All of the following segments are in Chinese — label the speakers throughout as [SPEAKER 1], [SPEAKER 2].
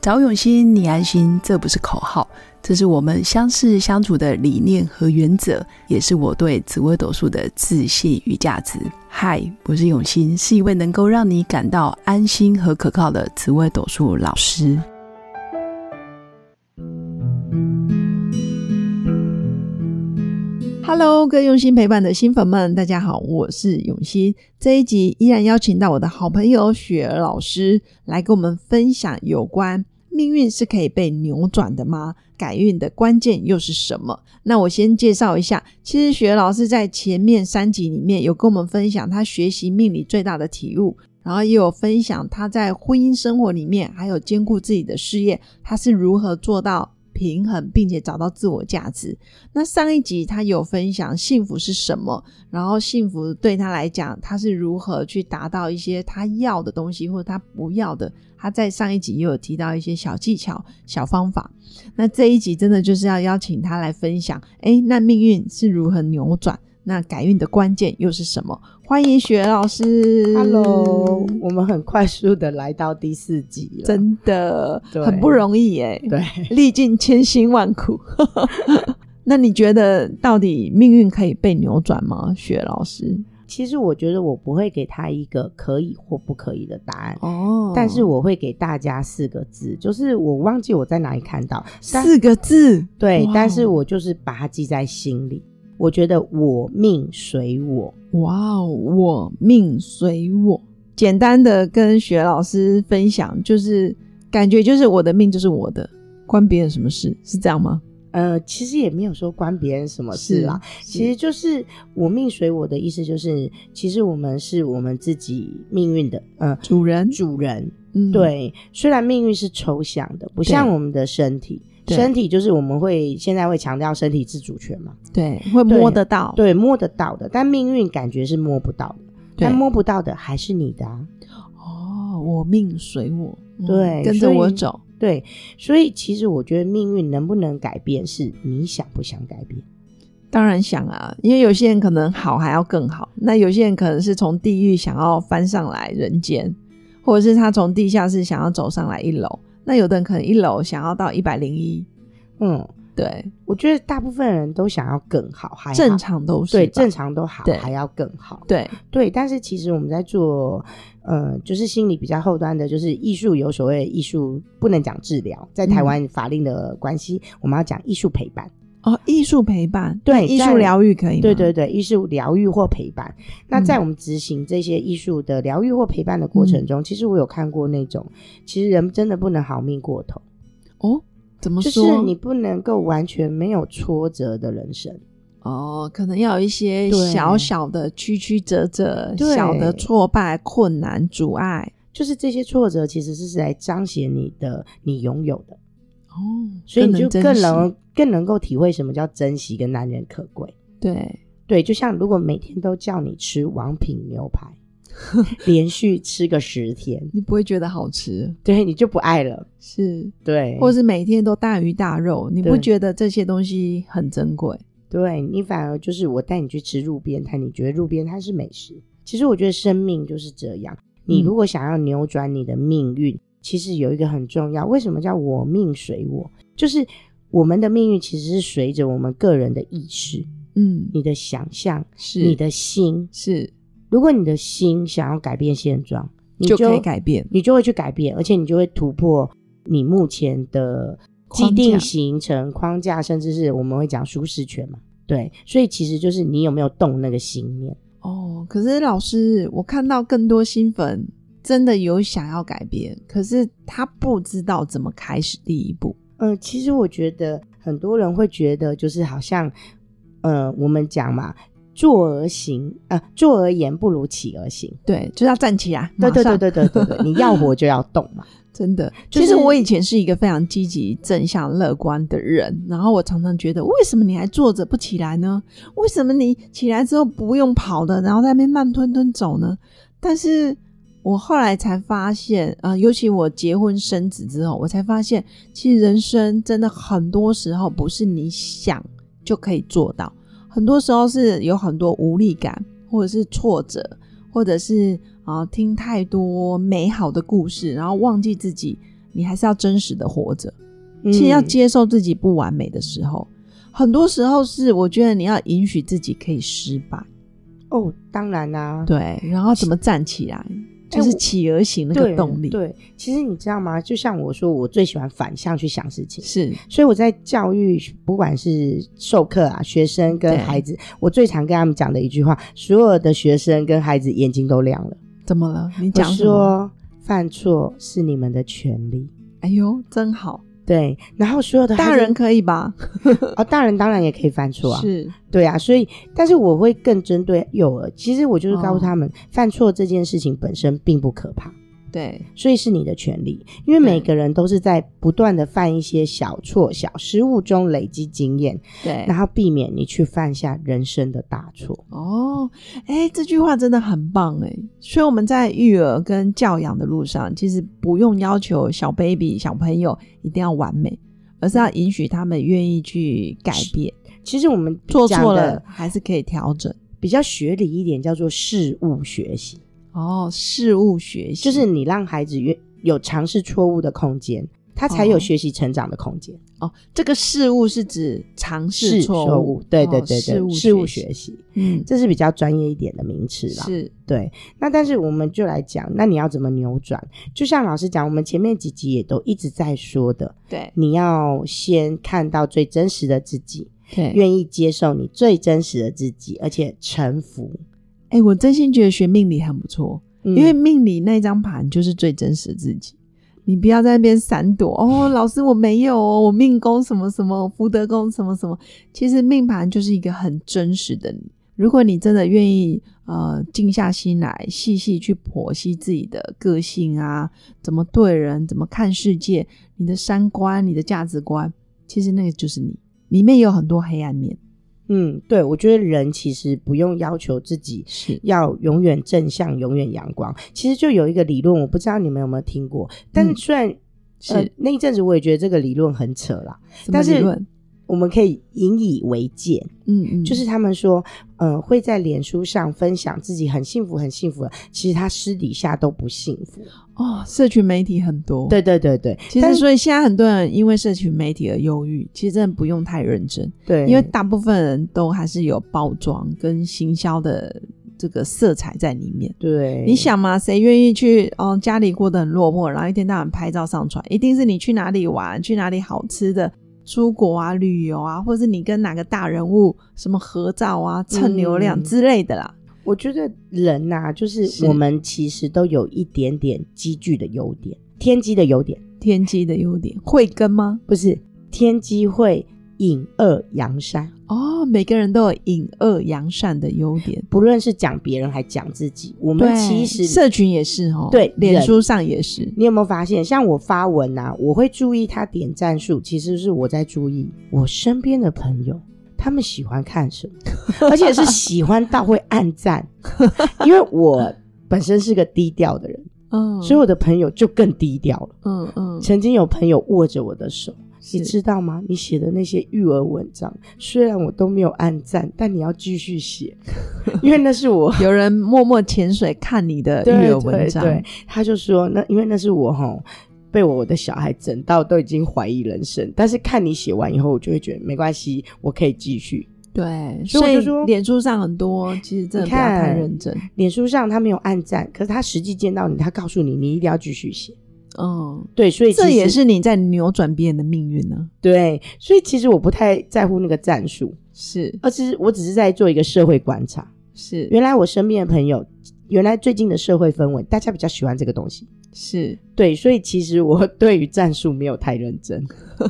[SPEAKER 1] 找永新，你安心，这不是口号，这是我们相识相处的理念和原则，也是我对紫微斗数的自信与价值。嗨，我是永新，是一位能够让你感到安心和可靠的紫微斗数老师。
[SPEAKER 2] Hello，各位用心陪伴的新粉们，大家好，我是永新。这一集依然邀请到我的好朋友雪儿老师来跟我们分享有关命运是可以被扭转的吗？改运的关键又是什么？那我先介绍一下，其实雪儿老师在前面三集里面有跟我们分享他学习命理最大的体悟，然后也有分享他在婚姻生活里面，还有兼顾自己的事业，他是如何做到平衡，并且找到自我价值。那上一集他有分享幸福是什么，然后幸福对他来讲，他是如何去达到一些他要的东西或者他不要的。他在上一集也有提到一些小技巧、小方法。那这一集真的就是要邀请他来分享，诶，那命运是如何扭转？那改运的关键又是什么？欢迎雪儿老师
[SPEAKER 3] Hello，我们很快速的来到第四集了，
[SPEAKER 2] 嗯真的
[SPEAKER 3] 对
[SPEAKER 2] 很不容易耶，
[SPEAKER 3] 对。
[SPEAKER 2] 历尽千辛万苦。 那你觉得到底命运可以被扭转吗，雪老师？
[SPEAKER 3] 其实我觉得我不会给他一个可以或不可以的答案，
[SPEAKER 2] 哦
[SPEAKER 3] 但是我会给大家四个字，就是我忘记我在哪里看到，但
[SPEAKER 2] 四个字，
[SPEAKER 3] 对
[SPEAKER 2] 哇，
[SPEAKER 3] 但是我就是把它记在心里。我觉得我命随我，
[SPEAKER 2] 哇哦，我命随我。简单的跟雪老师分享，就是感觉就是我的命就是我的，关别人什么事？是这样吗？
[SPEAKER 3] 呃，其实也没有说关别人什么事啦，
[SPEAKER 2] 是，
[SPEAKER 3] 其实啊就是我命随我的意思，就是其实我们是我们自己命运的，呃，
[SPEAKER 2] 主人，
[SPEAKER 3] 主人。
[SPEAKER 2] 嗯，
[SPEAKER 3] 对，虽然命运是抽象的，不像
[SPEAKER 2] 对
[SPEAKER 3] 我们的身体，
[SPEAKER 2] 对
[SPEAKER 3] 身体就是我们会现在会强调身体自主权嘛，
[SPEAKER 2] 对，会摸得到，
[SPEAKER 3] 对，摸得到的，但命运感觉是摸不到的，
[SPEAKER 2] 对
[SPEAKER 3] 但摸不到的还是你的啊。
[SPEAKER 2] 哦，我命随我，嗯
[SPEAKER 3] 对
[SPEAKER 2] 跟着
[SPEAKER 3] 所以
[SPEAKER 2] 我走，
[SPEAKER 3] 对，所以其实我觉得命运能不能改变，是你想不想改变。
[SPEAKER 2] 当然想啊，因为有些人可能好还要更好，那有些人可能是从地狱想要翻上来人间，或者是他从地下室想要走上来一楼，那有的人可能一楼想要到一百零一，
[SPEAKER 3] 嗯，
[SPEAKER 2] 对，
[SPEAKER 3] 我觉得大部分人都想要更好，哎还好
[SPEAKER 2] 正常都是
[SPEAKER 3] 对
[SPEAKER 2] 吧
[SPEAKER 3] 正常都好
[SPEAKER 2] 对，
[SPEAKER 3] 还要更好。
[SPEAKER 2] 对
[SPEAKER 3] 对，但是其实我们在做，呃，就是心理比较后端的，就是艺术有所谓艺术不能讲治疗，在
[SPEAKER 2] 嗯
[SPEAKER 3] 台湾法令的关系，我们要讲艺术陪伴。
[SPEAKER 2] 哦，艺术陪伴，
[SPEAKER 3] 对
[SPEAKER 2] 那艺
[SPEAKER 3] 在
[SPEAKER 2] 术疗愈嗯可以吗？
[SPEAKER 3] 对对对，艺术疗愈或陪伴。那在我们执行这些艺术的疗愈或陪伴的
[SPEAKER 2] 嗯
[SPEAKER 3] 过程中，其实我有看过那种，其实人真的不能好命过头，
[SPEAKER 2] 哦，怎么
[SPEAKER 3] 就
[SPEAKER 2] 说？
[SPEAKER 3] 是你不能够完全没有挫折的人生。
[SPEAKER 2] 哦，可能要有一些
[SPEAKER 3] 对
[SPEAKER 2] 小小的曲曲折折、
[SPEAKER 3] 对
[SPEAKER 2] 小的挫败、困难、阻碍。
[SPEAKER 3] 就是这些挫折其实是在彰显你的你拥有的，
[SPEAKER 2] 哦，
[SPEAKER 3] 所以你就
[SPEAKER 2] 更珍
[SPEAKER 3] 更
[SPEAKER 2] 惜
[SPEAKER 3] 能更能够体会什么叫珍惜跟难能可贵。
[SPEAKER 2] 对，
[SPEAKER 3] 对，就像如果每天都叫你吃王品牛 排，连续吃个十天，
[SPEAKER 2] 你不会觉得好吃，
[SPEAKER 3] 对，你就不爱了。
[SPEAKER 2] 是
[SPEAKER 3] 对，
[SPEAKER 2] 或是每天都大鱼大肉，你不
[SPEAKER 3] 对
[SPEAKER 2] 觉得这些东西很珍贵？
[SPEAKER 3] 对你反而就是我带你去吃路边摊，你觉得路边摊是美食。其实我觉得生命就是这样，你
[SPEAKER 2] 嗯
[SPEAKER 3] 如果想要扭转你的命运，其实有一个很重要，为什么叫我命随我？就是我们的命运其实是随着我们个人的意识、
[SPEAKER 2] 嗯，
[SPEAKER 3] 你的想象、
[SPEAKER 2] 是
[SPEAKER 3] 你的心。
[SPEAKER 2] 是
[SPEAKER 3] 如果你的心想要改变现状，你
[SPEAKER 2] 就可以改变，
[SPEAKER 3] 你就会去改变，而且你就会突破你目前的既
[SPEAKER 2] 框架
[SPEAKER 3] 定形成框架，甚至是我们会讲舒适圈嘛。对，所以其实就是你有没有动那个心念。
[SPEAKER 2] 哦，可是老师，我看到更多新粉真的有想要改变，可是他不知道怎么开始第一步。
[SPEAKER 3] 嗯、其实我觉得很多人会觉得，就是好像，呃，我们讲嘛，坐而行，呃，坐而言不如起而行。
[SPEAKER 2] 对，就是要站起来，
[SPEAKER 3] 对对
[SPEAKER 2] 马
[SPEAKER 3] 对
[SPEAKER 2] 上，
[SPEAKER 3] 对对对对，你要活就要动嘛。
[SPEAKER 2] 真的。
[SPEAKER 3] 就是
[SPEAKER 2] 其实我以前是一个非常积极、正向、乐观的人，然后我常常觉得，为什么你还坐着不起来呢？为什么你起来之后不用跑的，然后在那边慢吞吞走呢？但是我后来才发现，啊、尤其我结婚生子之后，我才发现，其实人生真的很多时候不是你想就可以做到，很多时候是有很多无力感，或者是挫折，或者是啊、听太多美好的故事，然后忘记自己你还是要真实的活着。 其实要
[SPEAKER 3] 嗯
[SPEAKER 2] 接受自己不完美的时候，很多时候是我觉得你要允许自己可以失败，
[SPEAKER 3] 哦，当然啦、
[SPEAKER 2] 对，然后怎么站起来，就是哎
[SPEAKER 3] 我
[SPEAKER 2] 企鹅型那
[SPEAKER 3] 对
[SPEAKER 2] 个动力，
[SPEAKER 3] 对，其实你知道吗？就像我说，我最喜欢反向去想事情，
[SPEAKER 2] 是
[SPEAKER 3] 所以我在教育，不管是授课啊，学生跟
[SPEAKER 2] 对
[SPEAKER 3] 孩子，我最常跟他们讲的一句话：所有的学生跟孩子眼睛都亮了。
[SPEAKER 2] 怎么了？你
[SPEAKER 3] 我
[SPEAKER 2] 讲什么？
[SPEAKER 3] 说，犯错是你们的权利。
[SPEAKER 2] 哎呦，真好，
[SPEAKER 3] 对，然后所有的孩
[SPEAKER 2] 大
[SPEAKER 3] 子
[SPEAKER 2] 人可以吧？
[SPEAKER 3] 哦，大人当然也可以犯错啊，
[SPEAKER 2] 是
[SPEAKER 3] 对啊，所以，但是我会更针对幼儿。其实我就是告
[SPEAKER 2] 哦
[SPEAKER 3] 诉他们，犯错这件事情本身并不可怕，
[SPEAKER 2] 对，
[SPEAKER 3] 所以是你的权利，因为每个人都是在不断的犯一些小错、小失误中累积经验，
[SPEAKER 2] 对，
[SPEAKER 3] 然后避免你去犯下人生的大错。
[SPEAKER 2] 哦，哎，这句话真的很棒哎！所以我们在育儿跟教养的路上，其实不用要求小 baby 小朋友一定要完美，而是要允许他们愿意去改变，
[SPEAKER 3] 其实我们
[SPEAKER 2] 做
[SPEAKER 3] 讲
[SPEAKER 2] 错
[SPEAKER 3] 的
[SPEAKER 2] 了还是可以调整。
[SPEAKER 3] 比较学理一点，叫做事物学习，
[SPEAKER 2] 哦，事物学习
[SPEAKER 3] 就是你让孩子有有尝试错误的空间，他才有
[SPEAKER 2] 哦
[SPEAKER 3] 学习成长的空间。
[SPEAKER 2] 哦，这个事物是指尝试
[SPEAKER 3] 是
[SPEAKER 2] 错误，
[SPEAKER 3] 对
[SPEAKER 2] 哦
[SPEAKER 3] 对对
[SPEAKER 2] 事
[SPEAKER 3] 对，
[SPEAKER 2] 物
[SPEAKER 3] 事物
[SPEAKER 2] 习
[SPEAKER 3] 学习，
[SPEAKER 2] 嗯，
[SPEAKER 3] 这是比较专业一点的名词啦。
[SPEAKER 2] 是
[SPEAKER 3] 对，那但是我们就来讲，那你要怎么扭转？就像老师讲，我们前面几集也都一直在说的，
[SPEAKER 2] 对
[SPEAKER 3] 你要先看到最真实的自己，
[SPEAKER 2] 对。
[SPEAKER 3] 愿意接受你最真实的自己，而且臣服。
[SPEAKER 2] 哎，我真心觉得学命理很不错。
[SPEAKER 3] 嗯
[SPEAKER 2] 因为命理那张盘就是最真实的自己。你不要在那边闪躲 哦，老师我没有哦，我命宫什么什么，我福德宫什么什么。其实命盘就是一个很真实的你。如果你真的愿意呃静下心来，细细去剖析自己的个性啊，怎么对人，怎么看世界，你的三观、你的价值观，其实那个就是你，里面有很多黑暗面。
[SPEAKER 3] 嗯，对，我觉得人其实不用要求自己
[SPEAKER 2] 是
[SPEAKER 3] 要永远正向、永远阳光。其实就有一个理论，我不知道你们有没有听过，但是
[SPEAKER 2] 嗯
[SPEAKER 3] 虽然、呃
[SPEAKER 2] 是，
[SPEAKER 3] 那一阵子我也觉得这个理论很扯啦，
[SPEAKER 2] 什么
[SPEAKER 3] 但是
[SPEAKER 2] 理论
[SPEAKER 3] 我们可以引以为戒，
[SPEAKER 2] 嗯嗯，
[SPEAKER 3] 就是他们说，呃，会在脸书上分享自己很幸福、很幸福的，其实他私底下都不幸福。
[SPEAKER 2] 哦，社群媒体很多，
[SPEAKER 3] 对对对对，
[SPEAKER 2] 其
[SPEAKER 3] 但
[SPEAKER 2] 实，
[SPEAKER 3] 是
[SPEAKER 2] 所以现在很多人因为社群媒体而忧郁，其实真的不用太认真，
[SPEAKER 3] 对，
[SPEAKER 2] 因为大部分人都还是有包装跟行销的这个色彩在里面。
[SPEAKER 3] 对，
[SPEAKER 2] 你想嘛，谁愿意去哦家里过得很落魄，然后一天到晚拍照上传？一定是你去哪里玩，去哪里好吃的，出国啊、旅游啊，或者是你跟哪个大人物什么合照啊、蹭流量
[SPEAKER 3] 嗯
[SPEAKER 2] 之类的啦。
[SPEAKER 3] 我觉得人呐、就是
[SPEAKER 2] 是
[SPEAKER 3] 我们其实都有一点点积聚的优点，天机的优点，
[SPEAKER 2] 天机的优点慧根吗？
[SPEAKER 3] 不是天机会引恶扬善，
[SPEAKER 2] 哦，每个人都有引恶扬善的优点。
[SPEAKER 3] 不论是讲别人还讲自己，我
[SPEAKER 2] 对，
[SPEAKER 3] 们其实。
[SPEAKER 2] 社群也是哦，
[SPEAKER 3] 对
[SPEAKER 2] 脸
[SPEAKER 3] 人
[SPEAKER 2] 书上也是，
[SPEAKER 3] 你有没有发现，像我发文啊，我会注意他点赞数，其实是我在注意我身边的朋友，他们喜欢看什么，而且是喜欢到会按赞， 因为我本身是个低调的人，
[SPEAKER 2] 嗯，
[SPEAKER 3] 所以我的朋友就更低调了。
[SPEAKER 2] 嗯嗯，
[SPEAKER 3] 曾经有朋友握着我的手，你
[SPEAKER 2] 是
[SPEAKER 3] 知道吗？你写的那些育儿文章，虽然我都没有按赞，但你要继续写， 因为那是 我。
[SPEAKER 2] 有人默默潜水看你的育
[SPEAKER 3] 对
[SPEAKER 2] 儿文章，
[SPEAKER 3] 对对，他就说那因为那是我吼被我的小孩整到都已经怀疑人生，但是看你写完以后，我就会觉得没关系，我可以继续。
[SPEAKER 2] 对
[SPEAKER 3] 所
[SPEAKER 2] 所
[SPEAKER 3] 以我
[SPEAKER 2] 以
[SPEAKER 3] 就说
[SPEAKER 2] 脸书上很多，其实真的
[SPEAKER 3] 你
[SPEAKER 2] 不要
[SPEAKER 3] 看
[SPEAKER 2] 太认真，
[SPEAKER 3] 脸书上他没有按赞，可是他实际见到你，他告诉你你一定要继续写。
[SPEAKER 2] 嗯，
[SPEAKER 3] 对，所以其
[SPEAKER 2] 这
[SPEAKER 3] 实
[SPEAKER 2] 也是你在扭转别人的命运呢、
[SPEAKER 3] 对，所以其实我不太在乎那个战术，
[SPEAKER 2] 是
[SPEAKER 3] 而是我只是在做一个社会观察。
[SPEAKER 2] 是
[SPEAKER 3] 原来我身边的朋友，原来最近的社会氛围，大家比较喜欢这个东西。
[SPEAKER 2] 是，
[SPEAKER 3] 对，所以其实我对于战术没有太认真。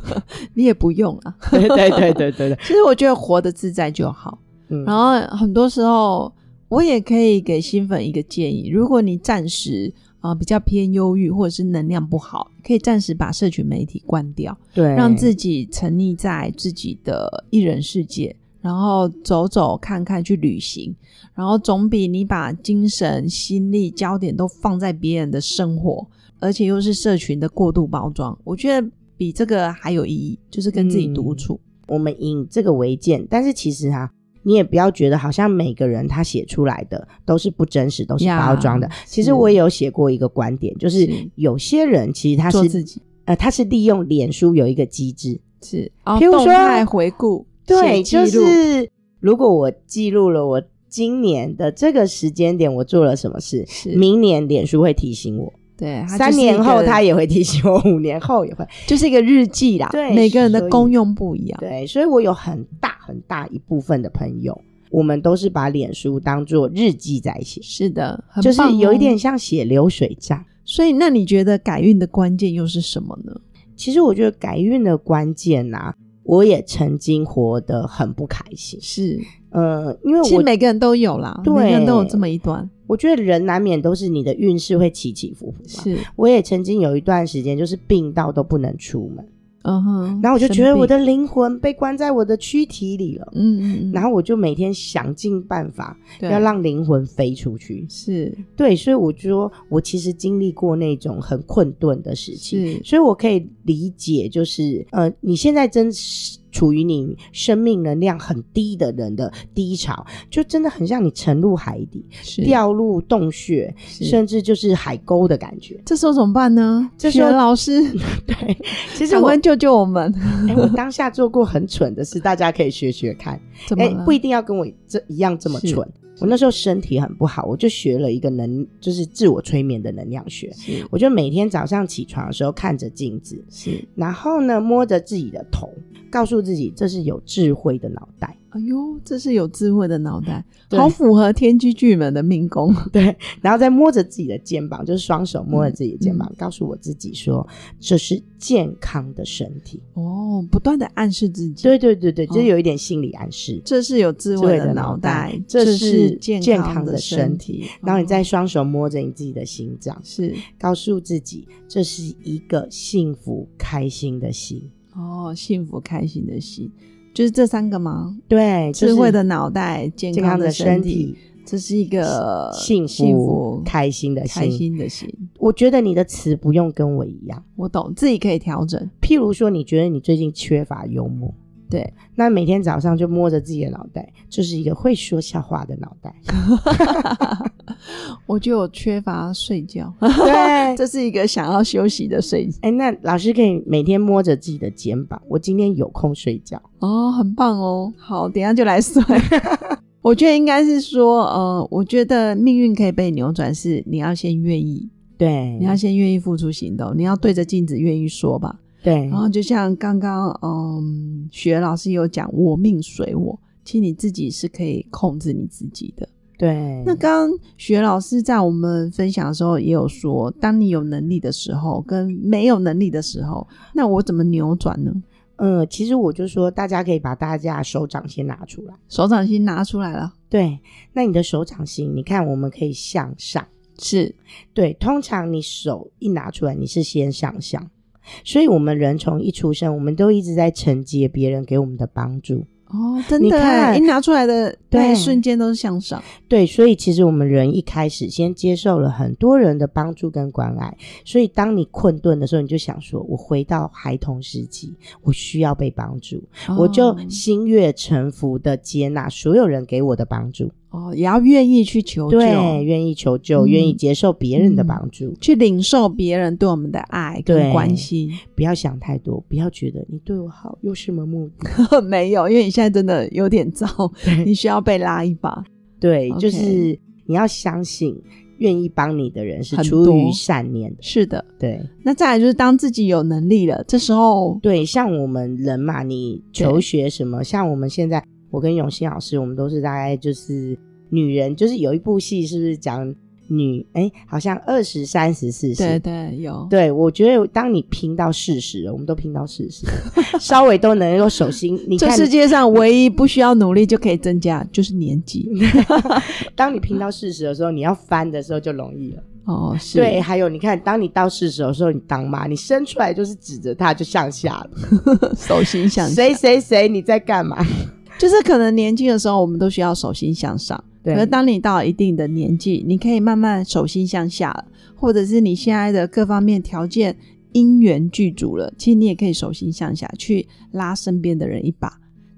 [SPEAKER 2] 你也不用啊。
[SPEAKER 3] 对对对对对对，
[SPEAKER 2] 其实我觉得活得自在就好。
[SPEAKER 3] 嗯
[SPEAKER 2] 然后很多时候，我也可以给新粉一个建议：如果你暂时啊、呃比较偏忧郁或者是能量不好，可以暂时把社群媒体关掉，
[SPEAKER 3] 对，
[SPEAKER 2] 让自己沉溺在自己的一人世界，然后走走看看，去旅行，然后总比你把精神、心力、焦点都放在别人的生活，而且又是社群的过度包装，我觉得比这个还有意义，就是跟自己独
[SPEAKER 3] 嗯
[SPEAKER 2] 处。
[SPEAKER 3] 我们以这个为鉴，但是其实哈、啊你也不要觉得好像每个人他写出来的都是不真实，都是
[SPEAKER 2] 呀
[SPEAKER 3] 包装的。其
[SPEAKER 2] 是
[SPEAKER 3] 实我也有写过一个观点，就是
[SPEAKER 2] 是
[SPEAKER 3] 有些人其实他
[SPEAKER 2] 做
[SPEAKER 3] 是
[SPEAKER 2] 自己，
[SPEAKER 3] 呃，它是利用脸书有一个机制，
[SPEAKER 2] 是，哦
[SPEAKER 3] 譬如
[SPEAKER 2] 动
[SPEAKER 3] 说
[SPEAKER 2] 态回顾，
[SPEAKER 3] 对，
[SPEAKER 2] 写
[SPEAKER 3] 就
[SPEAKER 2] 记录
[SPEAKER 3] 是如果我记录了我今年的这个时间点我做了什么事，
[SPEAKER 2] 是
[SPEAKER 3] 明年脸书会提醒我，
[SPEAKER 2] 对，它
[SPEAKER 3] 三
[SPEAKER 2] 就是一
[SPEAKER 3] 年后
[SPEAKER 2] 个
[SPEAKER 3] 它也会提醒我， 五年后也会。
[SPEAKER 2] 就是一个日记啦，
[SPEAKER 3] 对
[SPEAKER 2] 每个人的
[SPEAKER 3] 所以
[SPEAKER 2] 功用不一样，
[SPEAKER 3] 对，所以我有很大很大一部分的朋友，我们都是把脸书当做日记在写，
[SPEAKER 2] 是的，很
[SPEAKER 3] 就是
[SPEAKER 2] 棒
[SPEAKER 3] 有一
[SPEAKER 2] 哦
[SPEAKER 3] 点像写流水账。
[SPEAKER 2] 所以，那你觉得改运的关键又是什么呢？
[SPEAKER 3] 其实我觉得改运的关键呐、我也曾经活得很不开心。
[SPEAKER 2] 是，
[SPEAKER 3] 呃，因为
[SPEAKER 2] 其实
[SPEAKER 3] 我
[SPEAKER 2] 每个人都有啦，
[SPEAKER 3] 对
[SPEAKER 2] 每个人都有这么一段。
[SPEAKER 3] 我觉得人难免都是你的运势会起起伏伏嘛。
[SPEAKER 2] 是，
[SPEAKER 3] 我也曾经有一段时间就是病到都不能出门，
[SPEAKER 2] 嗯哼。
[SPEAKER 3] 然后我就
[SPEAKER 2] 生
[SPEAKER 3] 觉得我
[SPEAKER 2] 病，
[SPEAKER 3] 的灵魂被关在我的躯体里了，
[SPEAKER 2] 嗯嗯嗯，
[SPEAKER 3] 然后我就每天想尽办法要
[SPEAKER 2] 对
[SPEAKER 3] 让灵魂飞出去。
[SPEAKER 2] 是
[SPEAKER 3] 对，所以我就说我其实经历过那种很困顿的事情，
[SPEAKER 2] 是
[SPEAKER 3] 所以我可以理解，就是呃，你现在真是处于你生命能量很低的人的低潮，就真的很像你沉入海底、
[SPEAKER 2] 是，
[SPEAKER 3] 掉入洞穴，
[SPEAKER 2] 是
[SPEAKER 3] 甚至就是海沟的感觉。
[SPEAKER 2] 这时候怎么办呢？
[SPEAKER 3] 这时
[SPEAKER 2] 雪
[SPEAKER 3] 候
[SPEAKER 2] 儿老师，
[SPEAKER 3] 对，其实
[SPEAKER 2] 赶
[SPEAKER 3] 我
[SPEAKER 2] 快救救我们！
[SPEAKER 3] 哎我当下做过很蠢的事，大家可以学学看。
[SPEAKER 2] 怎么
[SPEAKER 3] 哎、
[SPEAKER 2] 了
[SPEAKER 3] 不一定要跟我这一样这么
[SPEAKER 2] 是
[SPEAKER 3] 蠢。我那时候身体很不好，我就学了一个能，就是自我催眠的能量学。
[SPEAKER 2] 是
[SPEAKER 3] 我就每天早上起床的时候看着镜子，
[SPEAKER 2] 是，
[SPEAKER 3] 然后呢摸着自己的头，告诉自己这是有智慧的脑袋。
[SPEAKER 2] 哎呦，这是有智慧的脑袋，
[SPEAKER 3] 对
[SPEAKER 2] 好符合天机巨门的命宫。
[SPEAKER 3] 对，然后再摸着自己的肩膀，就是双手摸
[SPEAKER 2] 嗯
[SPEAKER 3] 着自己的肩膀，告诉我自己说这是健康的身体。
[SPEAKER 2] 哦，不断的暗示自己，
[SPEAKER 3] 对对对对，这
[SPEAKER 2] 哦
[SPEAKER 3] 有一点心理暗示。
[SPEAKER 2] 这是有智慧
[SPEAKER 3] 慧
[SPEAKER 2] 的
[SPEAKER 3] 的
[SPEAKER 2] 脑
[SPEAKER 3] 脑
[SPEAKER 2] 袋
[SPEAKER 3] 袋，
[SPEAKER 2] 这
[SPEAKER 3] 这
[SPEAKER 2] 是
[SPEAKER 3] 是健
[SPEAKER 2] 康
[SPEAKER 3] 康的
[SPEAKER 2] 身
[SPEAKER 3] 身
[SPEAKER 2] 体。
[SPEAKER 3] 然后你
[SPEAKER 2] 哦
[SPEAKER 3] 再双手摸着你自己的心脏，
[SPEAKER 2] 是
[SPEAKER 3] 告诉自己这是一个幸福开心的心。
[SPEAKER 2] 哦，幸福开心的心，就是这三个吗？
[SPEAKER 3] 对，就是
[SPEAKER 2] 智慧的脑袋，健
[SPEAKER 3] 健康
[SPEAKER 2] 的
[SPEAKER 3] 的身
[SPEAKER 2] 体，
[SPEAKER 3] 体，
[SPEAKER 2] 这是一个
[SPEAKER 3] 幸福
[SPEAKER 2] 福
[SPEAKER 3] 开心的
[SPEAKER 2] 开
[SPEAKER 3] 心
[SPEAKER 2] 心的心。
[SPEAKER 3] 我觉得你的词不用跟我一样。
[SPEAKER 2] 我懂，自己可以调整。
[SPEAKER 3] 譬如说，你觉得你最近缺乏幽默，
[SPEAKER 2] 对，
[SPEAKER 3] 那每天早上就摸着自己的脑袋，这是一个会说笑话的脑 袋。
[SPEAKER 2] 我就有缺乏睡觉，
[SPEAKER 3] 对，
[SPEAKER 2] 这是一个想要休息的睡
[SPEAKER 3] 哎，那老师可以每天摸着自己的肩膀，我今天有空睡觉。
[SPEAKER 2] 哦，很棒哦。好，等一下就来算。我觉得应该是说，呃，我觉得命运可以被扭转，是你要先愿意，
[SPEAKER 3] 对，
[SPEAKER 2] 你要先愿意付出行动，你要对着镜子愿意说吧。
[SPEAKER 3] 嗯对
[SPEAKER 2] 然，后就像刚刚，嗯，雪老师有讲“我命随我”，其实你自己是可以控制你自己的。
[SPEAKER 3] 对，
[SPEAKER 2] 那刚刚雪老师在我们分享的时候也有说，当你有能力的时候跟没有能力的时候，那我怎么扭转呢？
[SPEAKER 3] 嗯，其实我就说，大家可以把大家的手掌先拿出来。
[SPEAKER 2] 手掌心拿出来了，
[SPEAKER 3] 对，那你的手掌心，你看我们可以向上。
[SPEAKER 2] 是
[SPEAKER 3] 对，通常你手一拿出来，你是先上向，所以我们人从一出生，我们都一直在承接别人给我们的帮助。
[SPEAKER 2] 哦，真
[SPEAKER 3] 你
[SPEAKER 2] 的
[SPEAKER 3] 看
[SPEAKER 2] 耶，一拿出来的那一
[SPEAKER 3] 对
[SPEAKER 2] 瞬间都是向上，
[SPEAKER 3] 对，所以其实我们人一开始先接受了很多人的帮助跟关爱，所以当你困顿的时候，你就想说，我回到孩童时期，我需要被帮助，我就
[SPEAKER 2] 哦
[SPEAKER 3] 心悦诚服的接纳所有人给我的帮助，
[SPEAKER 2] 哦，也要愿意去求救，
[SPEAKER 3] 对，愿意求救，愿意
[SPEAKER 2] 嗯
[SPEAKER 3] 接受别人的
[SPEAKER 2] 嗯
[SPEAKER 3] 帮助。
[SPEAKER 2] 去领受别人对我们的爱跟
[SPEAKER 3] 对
[SPEAKER 2] 关心。
[SPEAKER 3] 不要想太多，不要觉得你对我好有什么目的。
[SPEAKER 2] 没有，因为你现在真的有点糟，你需要被拉一把。
[SPEAKER 3] 对
[SPEAKER 2] OK
[SPEAKER 3] 就是你要相信，愿意帮你的人是
[SPEAKER 2] 很
[SPEAKER 3] 出
[SPEAKER 2] 多
[SPEAKER 3] 于善念的。
[SPEAKER 2] 是的，
[SPEAKER 3] 对
[SPEAKER 2] 那再来就是当自己有能力了，这时候
[SPEAKER 3] 对，像我们人嘛，你求学什么，像我们现在，我跟永新老师，我们都是大概就是女人，就是有一部戏是不是讲女？哎，好像二十三十四十。
[SPEAKER 2] 对对有
[SPEAKER 3] 对，我觉得当你拼到事实了，我们都拼到事实了， 稍微都能够手心。你
[SPEAKER 2] 这
[SPEAKER 3] 看，
[SPEAKER 2] 世界上唯一不需要努力就可以增加就是年纪。
[SPEAKER 3] 当你
[SPEAKER 2] 嗯
[SPEAKER 3] 拼到事实的时候，你要翻的时候就容易了。
[SPEAKER 2] 哦，是
[SPEAKER 3] 对，还有你看，当你到四十的时候，你当妈，你生出来就是指着他就向下了。
[SPEAKER 2] 手心向上，
[SPEAKER 3] 谁谁谁，你在干嘛？
[SPEAKER 2] 就是可能年轻的时候我们都需要手心向上，
[SPEAKER 3] 对
[SPEAKER 2] 可是当你到一定的年纪，你可以慢慢手心向下了，或者是你现在的各方面条件因缘具足了，其实你也可以手心向下去拉身边的人一把。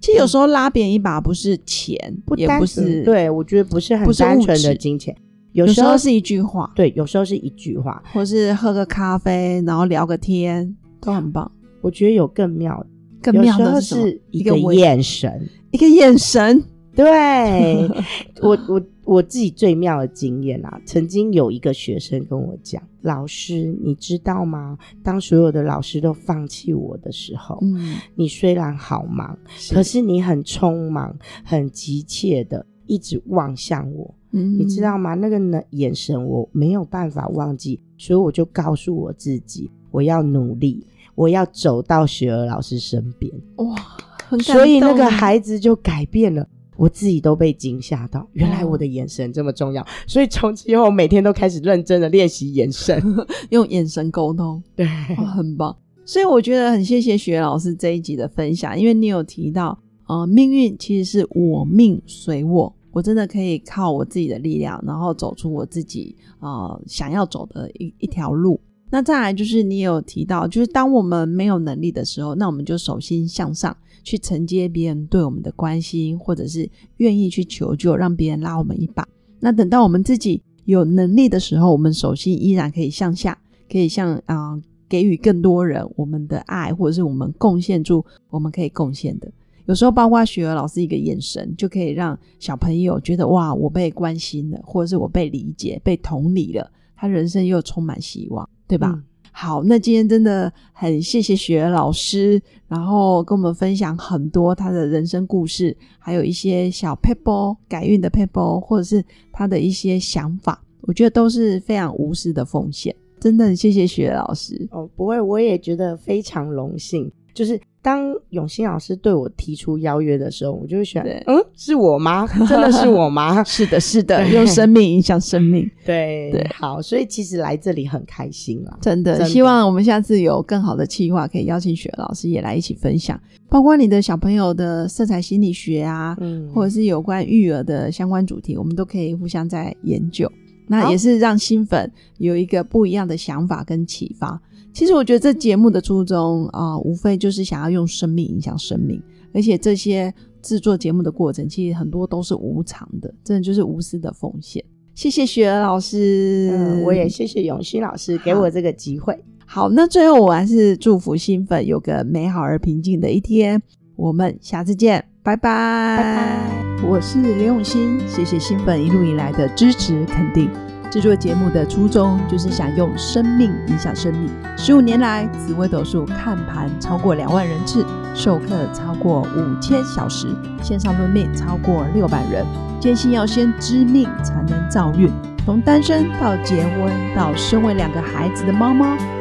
[SPEAKER 2] 其实有时候拉别人一把不是钱，也
[SPEAKER 3] 单
[SPEAKER 2] 不
[SPEAKER 3] 纯
[SPEAKER 2] 是，
[SPEAKER 3] 对我觉得不是很
[SPEAKER 2] 不是
[SPEAKER 3] 单
[SPEAKER 2] 物
[SPEAKER 3] 纯
[SPEAKER 2] 质
[SPEAKER 3] 的金钱，有
[SPEAKER 2] 有时
[SPEAKER 3] 时
[SPEAKER 2] 候
[SPEAKER 3] 候
[SPEAKER 2] 是一句话，
[SPEAKER 3] 对，有时候是一句话，
[SPEAKER 2] 或是喝个咖啡，然后聊个天，都很棒。
[SPEAKER 3] 我觉得有更妙的，
[SPEAKER 2] 更妙
[SPEAKER 3] 有时候
[SPEAKER 2] 的是什么？
[SPEAKER 3] 是一
[SPEAKER 2] 一个
[SPEAKER 3] 个
[SPEAKER 2] 微
[SPEAKER 3] 眼神。
[SPEAKER 2] 一个眼神，
[SPEAKER 3] 对我我我自己最妙的经验啊，曾经有一个学生跟我讲：“老师，你知道吗？当所有的老师都放弃我的时候，
[SPEAKER 2] 嗯，
[SPEAKER 3] 你虽然好忙，可是你很匆忙、很急切的一直望向我，
[SPEAKER 2] 嗯
[SPEAKER 3] 你知道吗？那个呢眼神我没有办法忘记，所以我就告诉我自己，我要努力，我要走到雪儿老师身边。
[SPEAKER 2] 哇，很感
[SPEAKER 3] 所以那个
[SPEAKER 2] 动
[SPEAKER 3] 孩子就改变了。我自己都被惊吓到，原来
[SPEAKER 2] 哦
[SPEAKER 3] 我的眼神这么重要，所以从此以后我每天都开始认真的练习眼神。
[SPEAKER 2] 用眼神沟通，
[SPEAKER 3] 对，
[SPEAKER 2] 哇，很棒。所以我觉得很谢谢雪老师这一集的分享，因为你有提到，呃，命运其实是我命随我，我真的可以靠我自己的力量，然后走出我自己呃想要走的一一条路。那再来就是你有提到，就是当我们没有能力的时候，那我们就手心向上去承接别人对我们的关心，或者是愿意去求救，让别人拉我们一把。那等到我们自己有能力的时候，我们手心依然可以向下，可以向啊、呃给予更多人我们的爱，或者是我们贡献出我们可以贡献的。有时候包括雪儿老师一个眼神，就可以让小朋友觉得哇，我被关心了，或者是我被理解、被同理了，他人生又充满希望，对吧？
[SPEAKER 3] 嗯
[SPEAKER 2] 好，那今天真的很谢谢雪儿老师，然后跟我们分享很多她的人生故事，还有一些小 paper 改运的 paper，或者是她的一些想法，我觉得都是非常无私的奉献，真的很谢谢雪儿老师。
[SPEAKER 3] 哦，不会，我也觉得非常荣幸。就是当永新老师对我提出邀约的时候，我就会选
[SPEAKER 2] 对，？
[SPEAKER 3] 嗯，是我吗？真的是我吗
[SPEAKER 2] 是的，是的，
[SPEAKER 3] 对
[SPEAKER 2] 用生命影响生 命，
[SPEAKER 3] 对
[SPEAKER 2] 对
[SPEAKER 3] 好，所以其实来这里很开心啦。
[SPEAKER 2] 真的。
[SPEAKER 3] 真的
[SPEAKER 2] 希望我们下次有更好的计划，可以邀请雪儿老师也来一起分享，包括你的小朋友的色彩心理学啊，
[SPEAKER 3] 嗯
[SPEAKER 2] 或者是有关育儿的相关主题，我们都可以互相在研究。那
[SPEAKER 3] 好
[SPEAKER 2] 也是让新粉有一个不一样的想法跟启发。其实我觉得这节目的初衷啊、呃无非就是想要用生命影响生命，而且这些制作节目的过程，其实很多都是无偿的，真的就是无私的奉献。谢谢雪儿老师，
[SPEAKER 3] 嗯，我也谢谢永新老师给
[SPEAKER 2] 好
[SPEAKER 3] 我这个机会。
[SPEAKER 2] 好。那最后我还是祝福新粉有个美好而平静的一天。我们下次见，拜拜。
[SPEAKER 3] 拜拜。
[SPEAKER 2] 我是刘永新，谢谢新粉一路以来的支持肯定。制作节目的初衷就是想用生命影响生命。十五年来，紫微斗数看盘超过两万人次，授课超过五千小时，线上论命超过六百人。坚信要先知命才能造运，从单身到结婚，到身为两个孩子的妈妈，